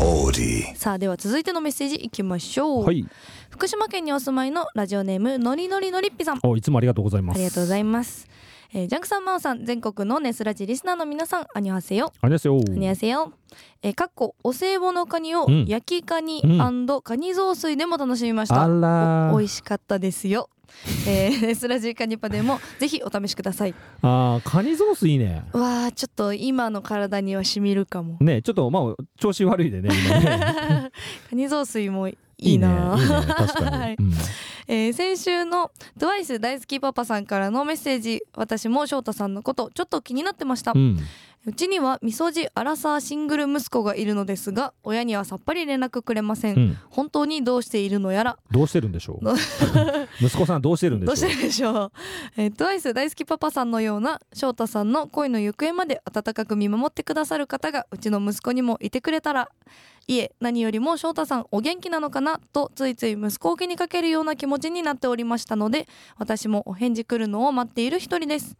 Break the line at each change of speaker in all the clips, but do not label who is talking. オーディ
さあでは続いてのメッセージいきましょう、
はい。
福島県にお住まいのラジオネームのりのりのりっぴさん
おいつもありがとうございま
あ
す。
りがとうご
い
ざいます、えージャンクさんまおさん全国のネスラジリスナーの皆さんアニョハセヨ
ます。よ。
アニョハセヨえー、かっこお歳暮のカニを
うん
焼きカニ
うん
カニ雑炊でも楽しみました、
あら
お
ー
美味しかったですよ。えー、 ネスラジーカニパでもぜひお試しください。
あーカニ雑炊いいね。
わあちょっと今の体には染みるかも。
ねちょっとまあ調子悪いでね。今ね
カニ雑炊もいいな。
いいねいいね確か
は
に
い。
うん
えー先週の TWICE 大好きパパさんからのメッセージ私も翔太さんのことちょっと気になってました、う
うん。
ちにはみそじアラサーシングル息子がいるのですが親にはさっぱり連絡くれません、
うん。
本当にどうしているのやら
どうしてるんでしょう
ど。
息子さんどうしてるんでし
ど
ょう
う。してるでしょう、えー、TWICE 大好きパパさんのような翔太さんの恋の行方まで温かく見守ってくださる方がうちの息子にもいてくれたらいえ何よりも翔太さんお元気なのかなとついつい息子を気にかけるような気持ちになっておりましたので私もお返事来るのを待っている一人です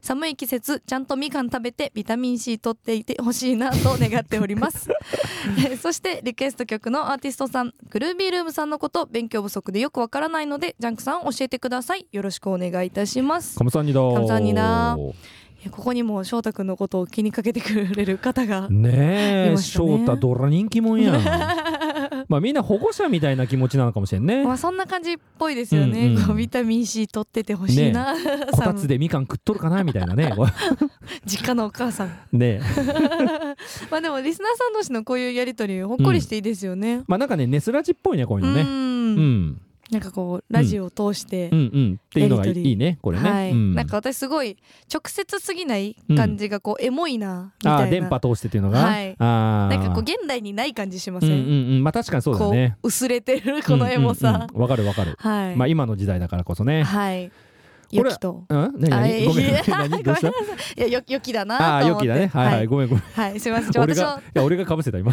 寒い季節ちゃんとみかん食べてビタミン C 取っていてほしいなと願っております えーそしてリクエスト曲のアーティストさんグルービールームさんのこと勉強不足でよくわからないのでジャンクさん教えてくださいよろしくお願いいたします
カムサンニだー。
カムサンニだーいやここにも翔太くんのことを気にかけてくれる方が
ね
い
え、
ましたね
翔太ドラ人気 もんやん。まあみんな保護者みたいな気持ちなのかもしれんね
ま。あそんな感じっぽいですよね、
うんうん
こうビタミン C 取っててほしいな、
こたつでみかん食っとるかなみたい なね。
実家のお母さん
ねえ
まあでもリスナーさん同士のこういうやりとりほっこりしていいですよね、
まあなんかねネスラジっぽいねこういううの
ん
ね。うん
なんかこうラジオを通して、
うんうんっていうのが
や
い
りとり
いねこれね。
はい、
うん
なんか私すごい直接すぎない感じがこうエモいなみたいな、
ああ電波通してっていうのが。
はい
ああ。
なんかこう現代にない感じしま
う
せん、
んうんうんまあ確かにそうだ
こ
ね。
う薄れてるこのエモさ、
うんうんうんわかるわかる。
はい、
まあ今の時代だからこそね。
はい
これ
良きと
うん何
あ
何
い
ごめ ん
いや
何どうした
ご。いやよ良きだ
あ
な
あ
と
良
思って
きだね。はいはいごめんごめん。
はい、はいすみませんちょ
俺
私
が
はい
や俺がかぶせ た今。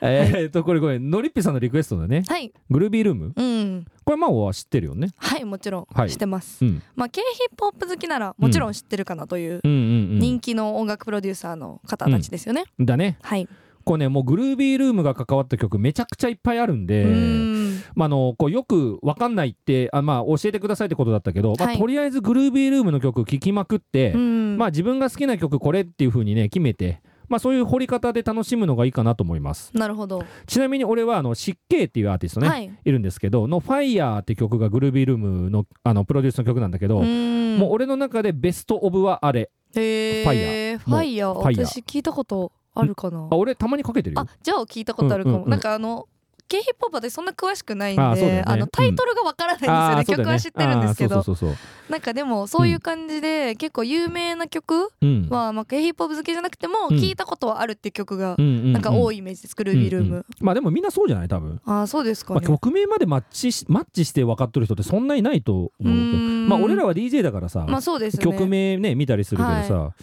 えーっとこれごめんのりっぴさんのリクエストだね。
はい
グルービールーム
うん
これまあは知ってるよね。
はいもちろん、
はい
知ってます
うん
まあ K ヒップホップ好きならもちろん知ってるかなという
うんうん
人気の音楽プロデューサーの方たちですよね、
うん。だね。
はい、
こうねもうグルービールームが関わった曲めちゃくちゃいっぱいあるんで。
うん
まあ、あのこうよくわかんないってあ、まあ、教えてくださいってことだったけど、まあ
はい
とりあえずグルービールームの曲聴きまくって、
うん
まあ、自分が好きな曲これっていう風にね決めて、まあ、そういう掘り方で楽しむのがいいかなと思います
なるほど、
ちなみに俺はあの湿気っていうアーティストね、、
はいい
るんですけどの「ファイヤーって曲がグルービールームのあのプロデュースの曲なんだけど、
うん
もう俺の中でベスト・オブはあれ
へ
ファイ
え
もう
ファイヤー
ファイヤー
私聞いたことあるかな
あ俺たまにかけてるよ
あじゃあ聞いたことあるかも、
うんうんうん
なんかあの K ヒップホップ私そんな詳しくないんで
あ
あ、
そうだよね
のタイトルがわからないんですよね,、
ーそうだ
曲は知ってるんですけど
あーそうそうそうそ
なんかでもそういう感じで、結構有名な曲
う、うん
は、まあ、K ヒップホップ好きじゃなくても
うん
聞いたことはあるっていう曲が
うんうんうん
なんか多
い
いイメージです、グルービールーム、
まあでもみんなそうじゃない多分
ああそうですか
まあ、
ね、
曲名までマッチしマッチして分かっとる人ってそんないないと
うー
思うけど
ん
まあ俺らは DJ だからさ、
まあそうですね
曲名ね見たりするけどさ、まあ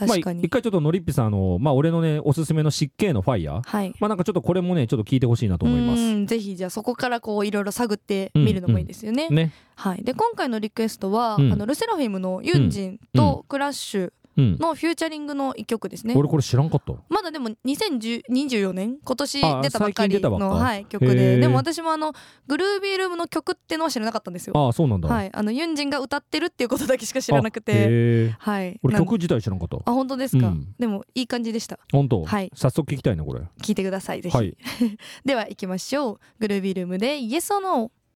確かに
一、回ちょっとのりっぴさんあの、まあ、俺のねおすすめの湿気のファイヤー
はい
まあなんかちょっとこれもねちょっと聞いてほしいなと思いま
う
す
んぜひじゃあそこからこういろいろ探ってみるのもいいですよね、
ね
はい、で今回のリクエストは、
うん
あのルセラフィムのユンジンとクラッシュ
うん
のフューチャリングの一曲ですね、
俺これ知らんかった
まだでも2024年今年
あ
出たばっか
最近出
り
たばっか
の、はい、曲
へ
で
ー
でも私もあのグルービールームの曲ってのは知らなかったんですよ
ああそうなんだ、、
はいいあのユンジンが歌ってるっていうことだけしか知
知
らなくてはい
俺
なん
曲自体知らんかった
あ本当ですか、
うん
でもいい感じでした
本当、
はい
早速聞きたいなこれ
聞いてくださいぜひ、
はい
では行きましょうグルービールームで Yes or No